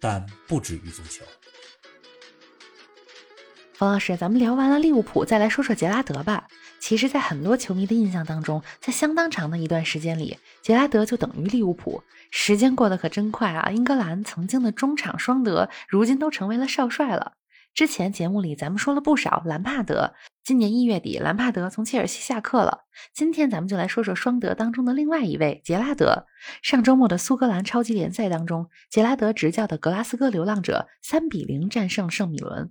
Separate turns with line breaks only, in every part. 但不止于足球。
冯老师，咱们聊完了利物浦，再来说说杰拉德吧。其实，在很多球迷的印象当中，在相当长的一段时间里，杰拉德就等于利物浦。时间过得可真快啊！英格兰曾经的中场双德，如今都成为了少帅了。之前节目里咱们说了不少兰帕德，今年一月底兰帕德从切尔西下课了。今天咱们就来说说双德当中的另外一位杰拉德。上周末的苏格兰超级联赛当中，杰拉德执教的格拉斯哥流浪者三比零战胜圣米伦。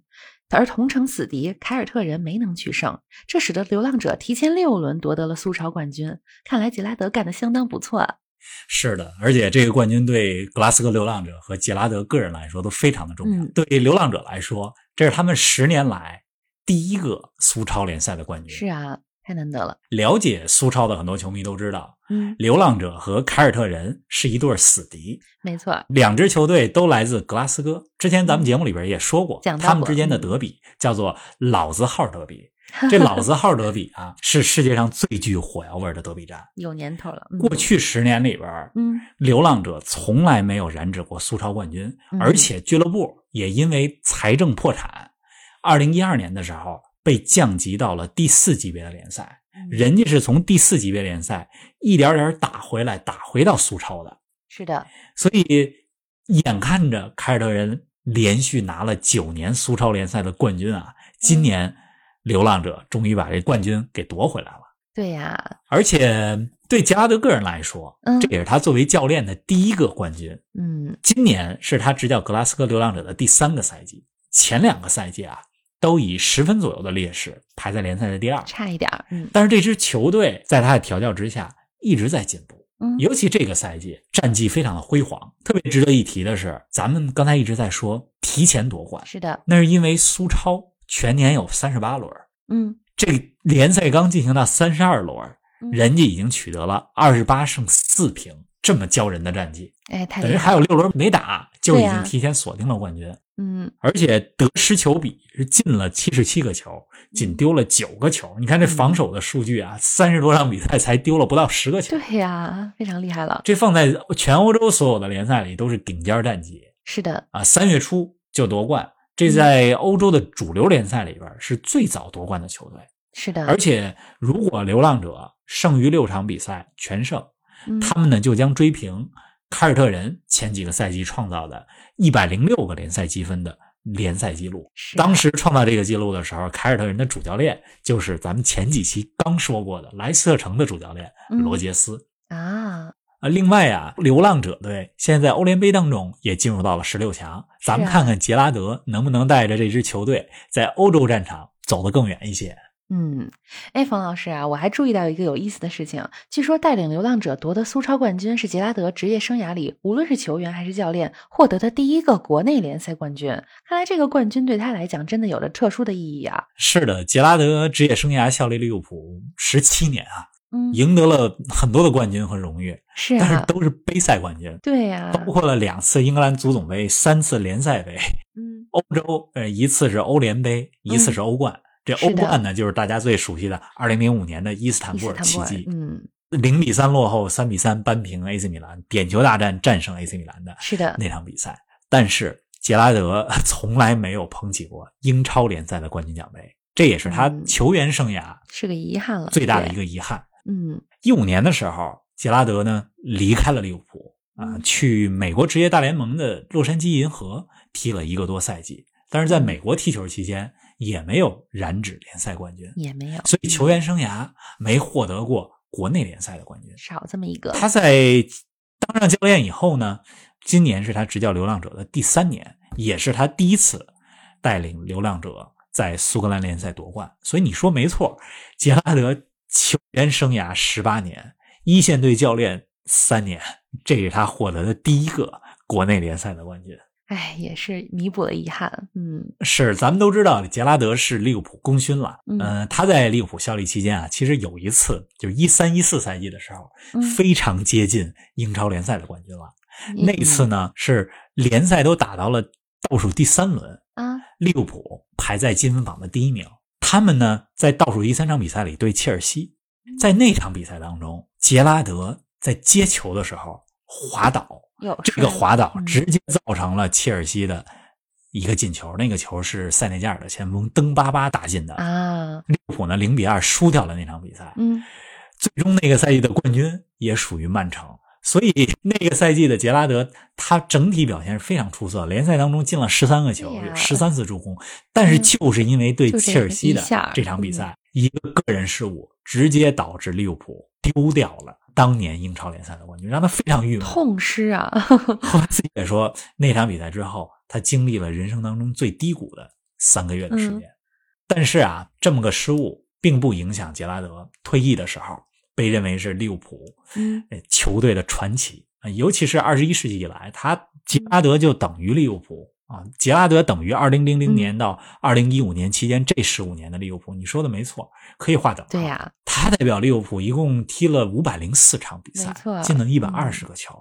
而同城死敌凯尔特人没能取胜，这使得流浪者提前六轮夺得了苏超冠军。看来杰拉德干得相当不错啊！
是的，而且这个冠军对格拉斯哥流浪者和杰拉德个人来说都非常的重要。
嗯
对流浪者来说，这是他们十年来第一个苏超联赛的冠军。
是啊，太难得了。
了解苏超的很多球迷都知道，
嗯，
流浪者和凯尔特人是一对死敌，
没错，
两支球队都来自格拉斯哥。之前咱们节目里边也说过，
讲到过嗯
他们之间的德比叫做老字号 德比。这老字号德比啊，是世界上最具火药味的德比战。
有年头了。嗯
过，去十年里边，
嗯，
流浪者从来没有染指过苏超冠军，
嗯
而且俱乐部也因为财政破产，二零一二年的时候被降级到了第四级别的联赛。
嗯
人家是从第四级别联赛一点点打回来，打回到苏超的。
是的，
所以，眼看着凯尔特人连续拿了九年苏超联赛的冠军啊，今年流浪者终于把这冠军给夺回来了。
对呀、
而且对杰拉德个人来说，
嗯
这也是他作为教练的第一个冠军。
嗯，
今年是他执教格拉斯哥流浪者的第三个赛季，前两个赛季啊，都以十分左右的劣势排在联赛的第二。
差一点儿。嗯
但是这支球队在他的调教之下一直在进步，
嗯，
尤其这个赛季战绩非常的辉煌。特别值得一提的是，咱们刚才一直在说提前夺冠，
是的，
那是因为苏超全年有三十八轮，
嗯，
这个联赛刚进行到三十二轮，
嗯，
人家已经取得了二十八胜四平这么骄人的战绩，
哎，太
等
厉
于
害
还
了。
有六轮没打，就已
对
经
啊
提前锁定了冠军。
嗯，
而且得失球比是进了七十七个球，仅丢了九个球。你看这防守的数据啊，三十多场比赛才丢了不到十个球，
对呀、非常厉害了。
这放在全欧洲所有的联赛里都是顶尖战绩
是的，
啊！三月初就夺冠，
嗯
这在欧洲的主流联赛里边是最早夺冠的球队。
是的，
而且，如果流浪者剩余六场比赛全胜，
嗯
他们呢就将追平凯尔特人前几个赛季创造的106个联赛积分的联赛记录。
是啊
当时创造这个记录的时候，凯尔特人的主教练就是咱们前几期刚说过的莱斯特城的主教练
嗯
罗杰斯。
啊，
啊，另外啊，流浪者队现在在欧联杯当中也进入到了十六强，咱们
是啊
看看杰拉德能不能带着这支球队在欧洲战场走得更远一些。
嗯，哎，冯老师啊，我还注意到一个有意思的事情，据说带领流浪者夺得苏超冠军是杰拉德职业生涯里，无论是球员还是教练获得的第一个国内联赛冠军。看来这个冠军对他来讲真的有着特殊的意义啊。
是的，杰拉德职业生涯效力利物浦十七年啊，
嗯，
赢得了很多的冠军和荣誉，
是
但是
啊，
都是杯赛冠军，
对呀、
包括了两次英格兰足总杯、三次联赛杯、
嗯，
欧洲，呃，一次是欧联杯，一次是欧冠。这
是
欧
的
冠呢，就是大家最熟悉的2005年的伊斯坦
伊
布
斯
尔
坦
奇
布尔，
迹，
嗯，
零比三落后，三比三扳平 AC 米兰，点球大战战胜 AC 米兰的
是的，
那场比赛。但是杰拉德 从来没有捧起过英超联赛的冠军奖杯，这也是他
嗯
球员生涯
是个遗憾了，
最大的一
对，
个遗憾。
嗯
一五年的时候，杰拉德呢离开了利物浦啊，
嗯
去美国职业大联盟的洛杉矶银河踢了一个多赛季，但是
嗯
在美国踢球期间也没有染指联赛冠军，
也没有，
所以
嗯
球员生涯没获得过国内联赛的冠军。
少这么一个，
他在当上教练以后呢，今年是他执教流浪者的第三年，也是他第一次带领流浪者在苏格兰联赛夺冠。所以你说没错，杰拉德球员生涯十八年，一线队教练三年，这是他获得的第一个国内联赛的冠军。
哎，也是弥补了遗憾。嗯
是，咱们都知道杰拉德是利物浦功勋了。
嗯
呃他在利物浦效力期间啊，其实有一次，就是一三一四赛季的时候，
嗯
非常接近英超联赛的冠军了。
嗯
那次呢，是联赛都打到了倒数第三轮，
啊，
利物浦排在积分榜的第一名。他们呢，在倒数第三场比赛里对切尔西，
嗯
在那场比赛当中，杰拉德在接球的时候滑倒，
有
这个
是
滑倒
嗯
直接造成了切尔西的一个进球，那个球是塞内加尔的前锋登巴巴打进的。
啊，
利物浦呢零比二输掉了那场比赛，
嗯
最终那个赛季的冠军也属于曼城。所以那个赛季的杰拉德，他整体表现是非常出色，联赛当中进了十三个球，
对呀嗯
有十三次助攻，但是就是因为对
就这
切尔西的
一下嗯
这场比赛一个个人失误，直接导致利物浦丢掉了当年英超联赛的冠军，让他非常郁闷。
痛失啊，
后来自 己也说，那场比赛之后，他经历了人生当中最低谷的三个月的时
嗯
间。但是啊，这么个失误并不影响杰拉德退役的时候被认为是利物浦
嗯
呃球队的传奇啊、呃尤其是二十一世纪以来，他
嗯
杰拉德就等于利物浦啊，杰拉德等于二零
嗯
零零年到二零一五年期间这十五年的利物浦。你说的没错，可以划等 号。
对呀、
他代表利物浦一共踢了五百零四场比赛
没错，
进了一百二十个球，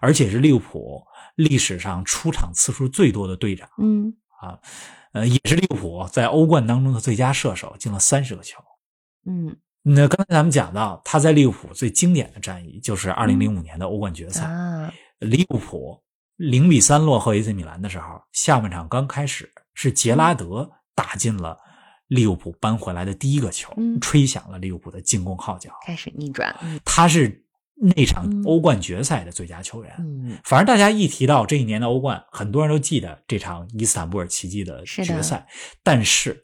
而且是利物浦历史上出场次数最多的队长，
嗯，
呃，也是利物浦在欧冠当中的最佳射手，进了三十个球。
嗯
那刚才咱们讲到，他在利物浦最经典的战役就是二零零五年的欧冠决赛，
啊，
利物浦零比三落后 AC 米兰的时候，下半场刚开始是杰拉德打进了利物浦扳回来的第一个球，
嗯
吹响了利物浦的进攻号角。
开始逆转，嗯
他是那场
嗯
欧冠决赛的最佳球员。
嗯，
反正大家一提到这一年的欧冠，很多人都记得这场伊斯坦布尔奇迹的
是的
决赛，但是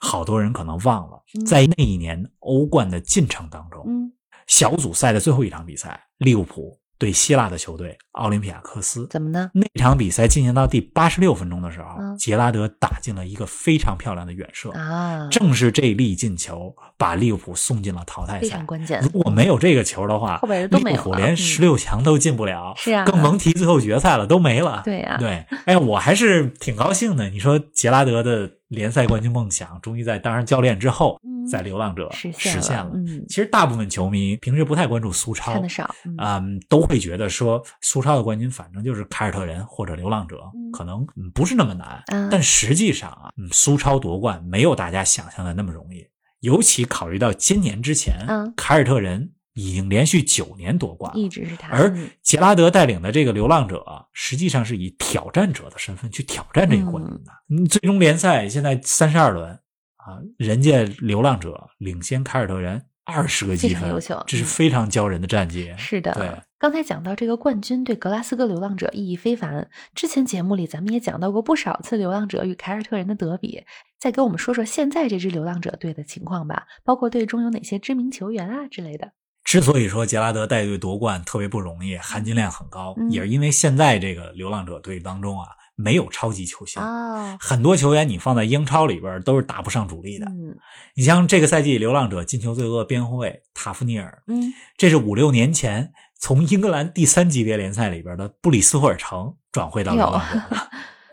好多人可能忘了，
嗯
在那一年欧冠的进程当中，
嗯，
小组赛的最后一场比赛，利物浦对希腊的球队奥林匹亚克斯。
怎么呢？
那场比赛进行到第八十六分钟的时候，
嗯
杰拉德打进了一个非常漂亮的远射，
啊，
正是这粒进球把利物浦送进了淘汰
非
赛
常。关键
如，果没有这个球的话，
后边人都没有
利物浦
了
连
嗯
十六强都进不了，
是啊，
更甭提最后决赛了，都没了。
对啊呀、
对，哎，我还是挺高兴的。你说杰拉德的联赛冠军梦想，终于在当上教练之后，
嗯
在流浪者实
现了，
现了。
嗯，
其实大部分球迷平时不太关注苏超
看，得少，嗯
嗯，都会觉得说苏超的冠军反正就是凯尔特人或者流浪者，
嗯
可能嗯不是那么难。
啊
但实际上啊，嗯苏超夺冠没有大家想象的那么容易，尤其考虑到今年之前，
嗯
凯尔特人已经连续九年夺冠了，
一直是他，
而
嗯
杰拉德带领的这个流浪者啊，实际上是以挑战者的身份去挑战这个冠军的。嗯，最终联赛现在三十二轮啊，人家流浪者领先凯尔特人二十个积
非常
分
优秀，
这是
嗯
非常骄人的战绩。
是
哎对
的，刚才讲到这个冠军对格拉斯哥流浪者意义非凡。之前节目里咱们也讲到过不少次流浪者与凯尔特人的德比，再给我们说说现在这支流浪者队的情况吧，包括队中有哪些知名球员啊之类的。
之所以说杰拉德带队夺冠特别不容易，含金量很高，
嗯
也是因为现在这个流浪者队当中啊，没有超级球星。
哦，
很多球员你放在英超里边都是打不上主力的。
嗯
你像这个赛季流浪者进球最多的边后卫塔夫尼尔，
嗯
这是五六年前从英格兰第三级别联赛里边的布里斯托尔城转会
哎
到流浪者 的。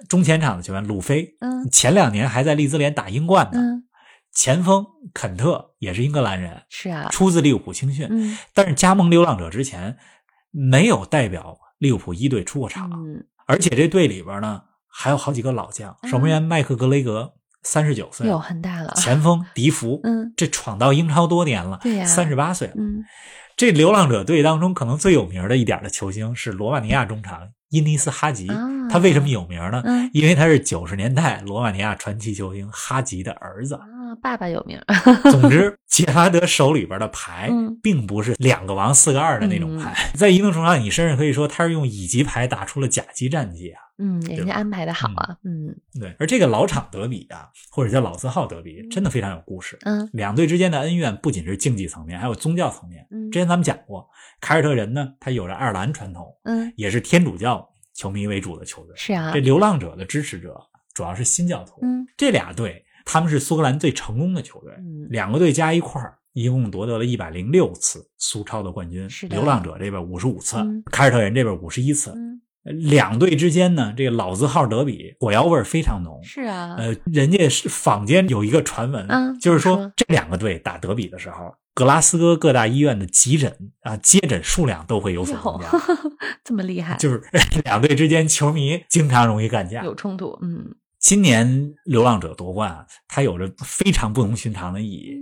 中前场的球员鲁菲，
嗯
前两年还在利兹联打英冠呢。
嗯，
前锋肯特也是英格兰人，
是啊，
出自利物浦青训，
嗯
但是加盟流浪者之前没有代表利物浦一队出过场，
嗯，
而且这队里边呢还有好几个老将，守
嗯
门员麦克格雷格三十九岁，
有很大了，
前锋迪福，
嗯
这闯到英超多年了，
对呀
三十八岁了。
嗯
这流浪者队当中可能最有名的一点的球星是罗马尼亚中场伊尼斯哈吉。
啊
他为什么有名呢？
嗯
因为他是九十年代罗马尼亚传奇球星哈吉的儿子。
啊，爸爸有名，
总之，杰拉德手里边的牌
嗯
并不是两个王四个二的那种牌，在移动程度上，你甚至可以说他是用乙级牌打出了甲级战绩啊。
嗯，人
对吧
家安排的好啊，嗯
对，而这个老场德比啊，或者叫老字号德比，真的非常有故事。
嗯
两队之间的恩怨不仅是竞技层面，还有宗教层面。
嗯
之前咱们讲过，凯尔特人呢，他有着爱尔兰传统，
嗯，
也是天主教球迷为主的球队。
是啊
这，流浪者的支持者主要是新教徒。
嗯
这俩队他们是苏格兰最成功的球队，
嗯
两个队加一块儿，一共夺得了一百零六次苏超的冠军。
是的
流浪者这边五十五次，
嗯
凯尔特人这边五十一次。呃
嗯
两队之间呢，这个老字号德比火药味儿非常浓。
是啊，
呃，人家是坊间有一个传闻，
嗯
就是
怎么
说
说
这两个队打德比的时候，格拉斯哥各大医院的急诊啊接诊数量都会有所增加，
这么厉害，
就是 两队之间球迷经常容易干架。
有冲突，嗯，
今年流浪者夺冠，啊，它有着非常不同寻常的意义。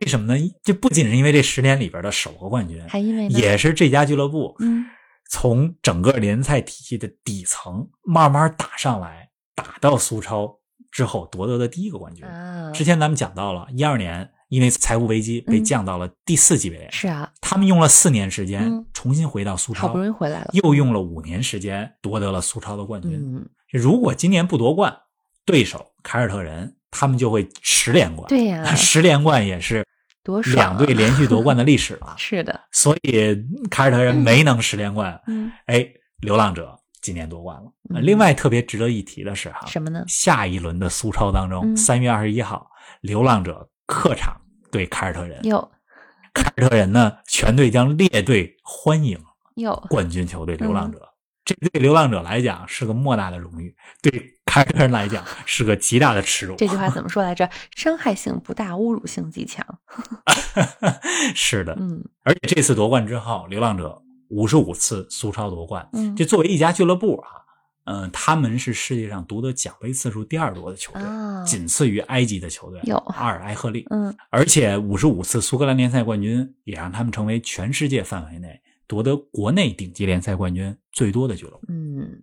为什么呢？这不仅是因为这十年里边的首个冠军，
嗯还因为呢，
也是这家俱乐部
嗯，
从整个联赛体系的底层慢慢打上来，打到苏超之后夺得的第一个冠军。
啊，
之前咱们讲到了，一二年因为财务危机被
嗯
降到了第四级别联赛，
是啊，
他们用了四年时间
嗯
重新回到苏
好
超
不，容易回来了，
又用了五年时间夺得了苏超的冠军。
嗯，
如果今年不夺冠，对手凯尔特人他们就会十连冠。
对呀，
十连冠也是
多爽
两
啊，。
队连续夺冠的历史了
是的，
所以凯尔特人没能十连冠，
嗯，
哎，流浪者今年夺冠了。呃
嗯
另外特别值得一提的是哈，
什么呢？
下一轮的苏超当
嗯
中，三月二十一号，流浪者客场对凯尔特人，
又
凯尔特人呢全队将列队欢迎
又
冠军球队流浪
嗯
者。这对流浪者来讲是个莫大的荣誉，对凯尔特人来讲是个极大的耻辱。
这句话怎么说来着？伤害性不大，侮辱性极 强。
是的，
嗯
而且这次夺冠之后，流浪者五十五次苏超夺冠，
嗯，
这作为一家俱乐部啊，嗯、他们是世界上夺得奖杯次数第二多的球队，
啊，
仅次于埃及的球队
有
阿尔埃赫利。
嗯
而且五十五次苏格兰联赛冠军也让他们成为全世界范围内夺得国内顶级联赛冠军最多的俱乐部。
嗯。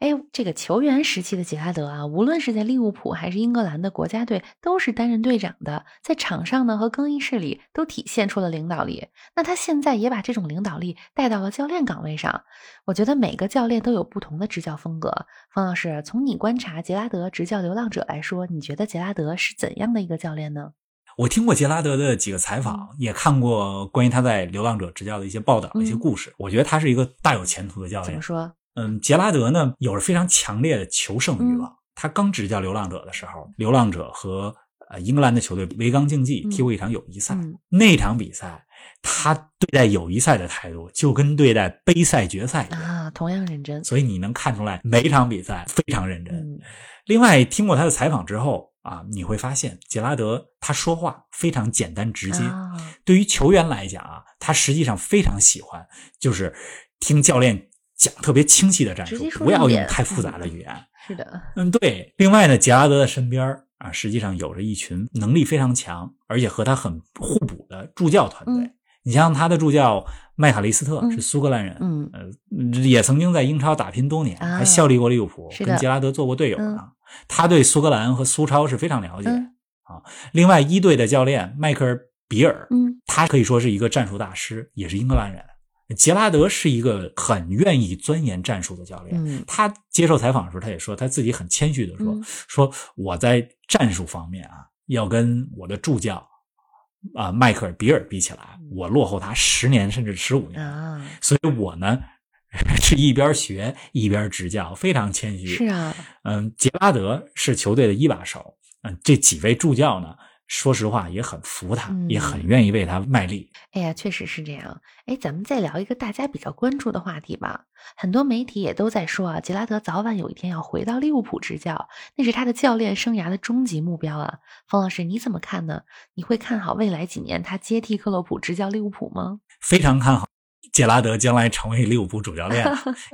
哎，这个球员时期的杰拉德啊，无论是在利物浦还是英格兰的国家队，都是担任队长的，在场上呢和更衣室里都体现出了领导力。那他现在也把这种领导力带到了教练岗位上。我觉得每个教练都有不同的执教风格。方老师，从你观察杰拉德执教流浪者来说，你觉得杰拉德是怎样的一个教练呢？
我听过杰拉德的几个采访，也看过关于他在流浪者执教的一些报道、
嗯
一些故事。我觉得他是一个大有前途的教
怎
练
么。说？
嗯，杰拉德呢有着非常强烈的求胜欲
嗯
望。他刚执教流浪者的时候，流浪者和呃英格兰的球队维冈竞技
嗯
踢过一场友谊赛。
嗯
那场比赛，他对待友谊赛的态度就跟对待杯赛决赛一样，
啊，同样认真。
所以你能看出来每场比赛非常认真。
嗯
另外，听过他的采访之后啊，你会发现杰拉德他说话非常简单直接。
啊，
对于球员来讲啊，他实际上非常喜欢，就是听教练讲特别清晰的战
直
术
接，说
不要
重
用
点
太复杂的语言。
是的，
嗯，对。另外呢，杰拉德的身边儿啊，实际上有着一群能力非常强，而且和他很互补的助教团队。
嗯
你像他的助教麦卡利斯特
嗯
是苏格兰人，
嗯
呃，也曾经在英超打拼多年，
啊
还效力过利物浦，
是的
跟杰拉德做过队友呢。他对苏格兰和苏超是非常了解、
嗯
啊。另外，一队的教练迈克尔·比尔，
嗯
他可以说是一个战术大师，也是英格兰人。杰拉德是一个很愿意钻研战术的教练。
嗯
他接受采访的时候，他也说他自己很谦虚的说：“
嗯
说我在战术方面啊，要跟我的助教啊、迈克尔·比尔比起来，我落后他十年甚至十五年。
嗯啊，
所以我呢是一边学一边执教，非常谦虚。
是啊，
嗯，杰拉德是球队的一把手，嗯，这几位助教呢，说实话也很服他，
嗯
也很愿意为他卖力。
哎呀，确实是这样。哎，咱们再聊一个大家比较关注的话题吧。很多媒体也都在说啊，杰拉德早晚有一天要回到利物浦执教，那是他的教练生涯的终极目标啊。方老师，你怎么看呢？你会看好未来几年他接替克洛普执教利物浦吗？
非常看好杰拉德将来成为利物浦主 教练，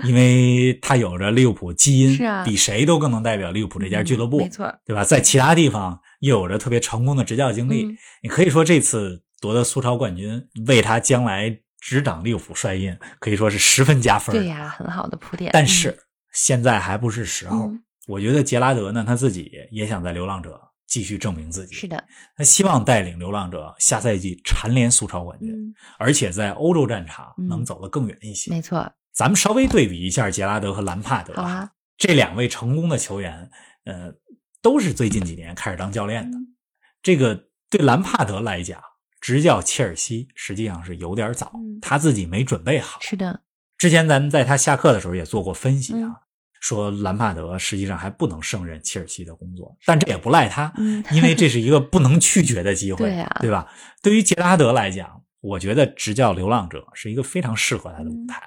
因为他有着利物浦基因，
是啊
比谁都更能代表利物浦这家俱乐部，
嗯没错儿，
对吧？在其他地方又有着特别成功的执教经历，
嗯
你可以说这次夺得苏超冠军，为他将来执掌利物浦帅印，可以说是十分加分。
对呀、很好的铺垫。
但是、现在还不是时候。
嗯
我觉得杰拉德呢，他自己也想在流浪者继续证明自己，
嗯，是的，
他希望带领流浪者下赛季蝉联苏超冠军。
嗯，
而且在欧洲战场
嗯
能走得更远一些。
没错儿，
咱们稍微对比一下杰拉德和兰帕德
好啊，
这两位成功的球员，呃，都是最近几年开始当教练的。
嗯
这个对兰帕德来讲，执教切尔西实际上是有点早，
嗯
他自己没准备好。
是的，
之前咱们在他下课的时候也做过分析啊。
嗯
说兰帕德实际上还不能胜任切尔西的工作，但这也不赖他，
嗯，
因为这是一个不能拒绝的机会，
对啊
吧？对于杰拉德来讲，我觉得执教流浪者是一个非常适合他的舞台。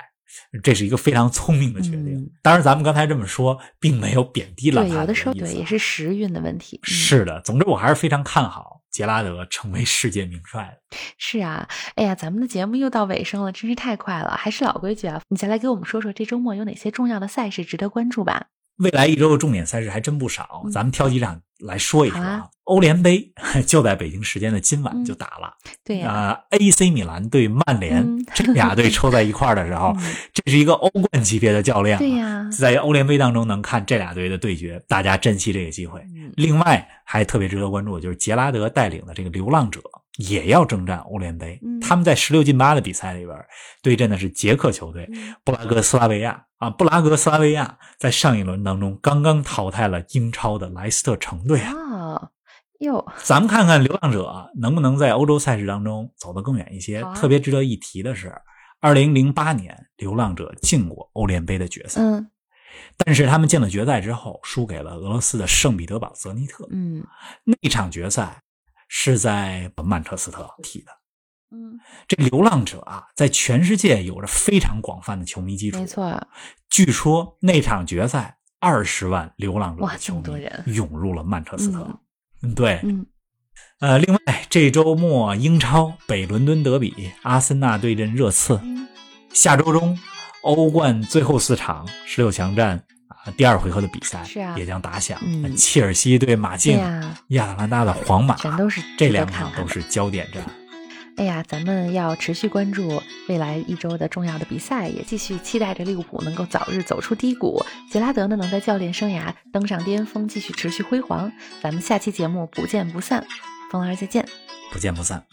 这是一个非常聪明的决定。
嗯
当然，咱们刚才这么说，并没有贬低兰
对，
帕德
有的时候
意思
对
啊
也是时运的问题。嗯
是的。总之，我还是非常看好杰拉德成为世界名帅的。
是啊，哎呀，咱们的节目又到尾声了，真是太快了。还是老规矩啊，你再来给我们说说这周末有哪些重要的赛事值得关注吧？
未来一周的重点赛事还真不少，
嗯
咱们挑几场来说一说
好
啊
啊。嗯
欧联杯就在北京时间的今晚就打了，
对呀、
啊、AC 米兰对曼联、
嗯
这俩队抽在一块儿的时候，
嗯
这是一个欧冠级别的较量啊、
对呀、
在欧联杯当中能看这俩队的对决，大家珍惜这个机会。
嗯
另外还特别值得关注，就是杰拉德带领的这个流浪者也要征战欧联杯。
嗯
他们在十六进八的比赛里边对阵的是捷克球队
嗯
布拉格斯拉维亚啊，布拉格斯拉维亚在上一轮当中刚刚淘汰了英超的莱斯特城队啊。
哦，哟，
咱们看看流浪者啊能不能在欧洲赛事当中走得更远一些。
好啊
特别值得一提的是，二零零八年流浪者进过欧联杯的决赛。
嗯
但是他们进了决赛之后，输给了俄罗斯的圣彼得堡泽尼特。
嗯
那场决赛是在曼彻斯特踢的。
嗯，
这流浪者啊，在全世界有着非常广泛的球迷基础。
嗯没，错儿，
据说那场决赛二十万流浪者
哇
的球
这么多
迷
人啊
涌入了曼彻斯特
嗯。
嗯对，
嗯
呃，另外这周末英超北伦敦德比，阿森纳对阵热刺。
嗯
下周中欧冠最后四场十六强战啊，第二回合的比赛
是啊
也将打响。
嗯
切尔西对马
对
竞，
呀、
亚特兰大的皇马，
全都是值
这
得
两
看
场
看
都
的
是焦点战。
哎呀，咱们要持续关注未来一周的重要的比赛，也继续期待着利物浦能够早日走出低谷，杰拉德呢能在教练生涯登上巅峰，继续持续辉煌。咱们下期节目不见不散，冯老师再见。
不见不散。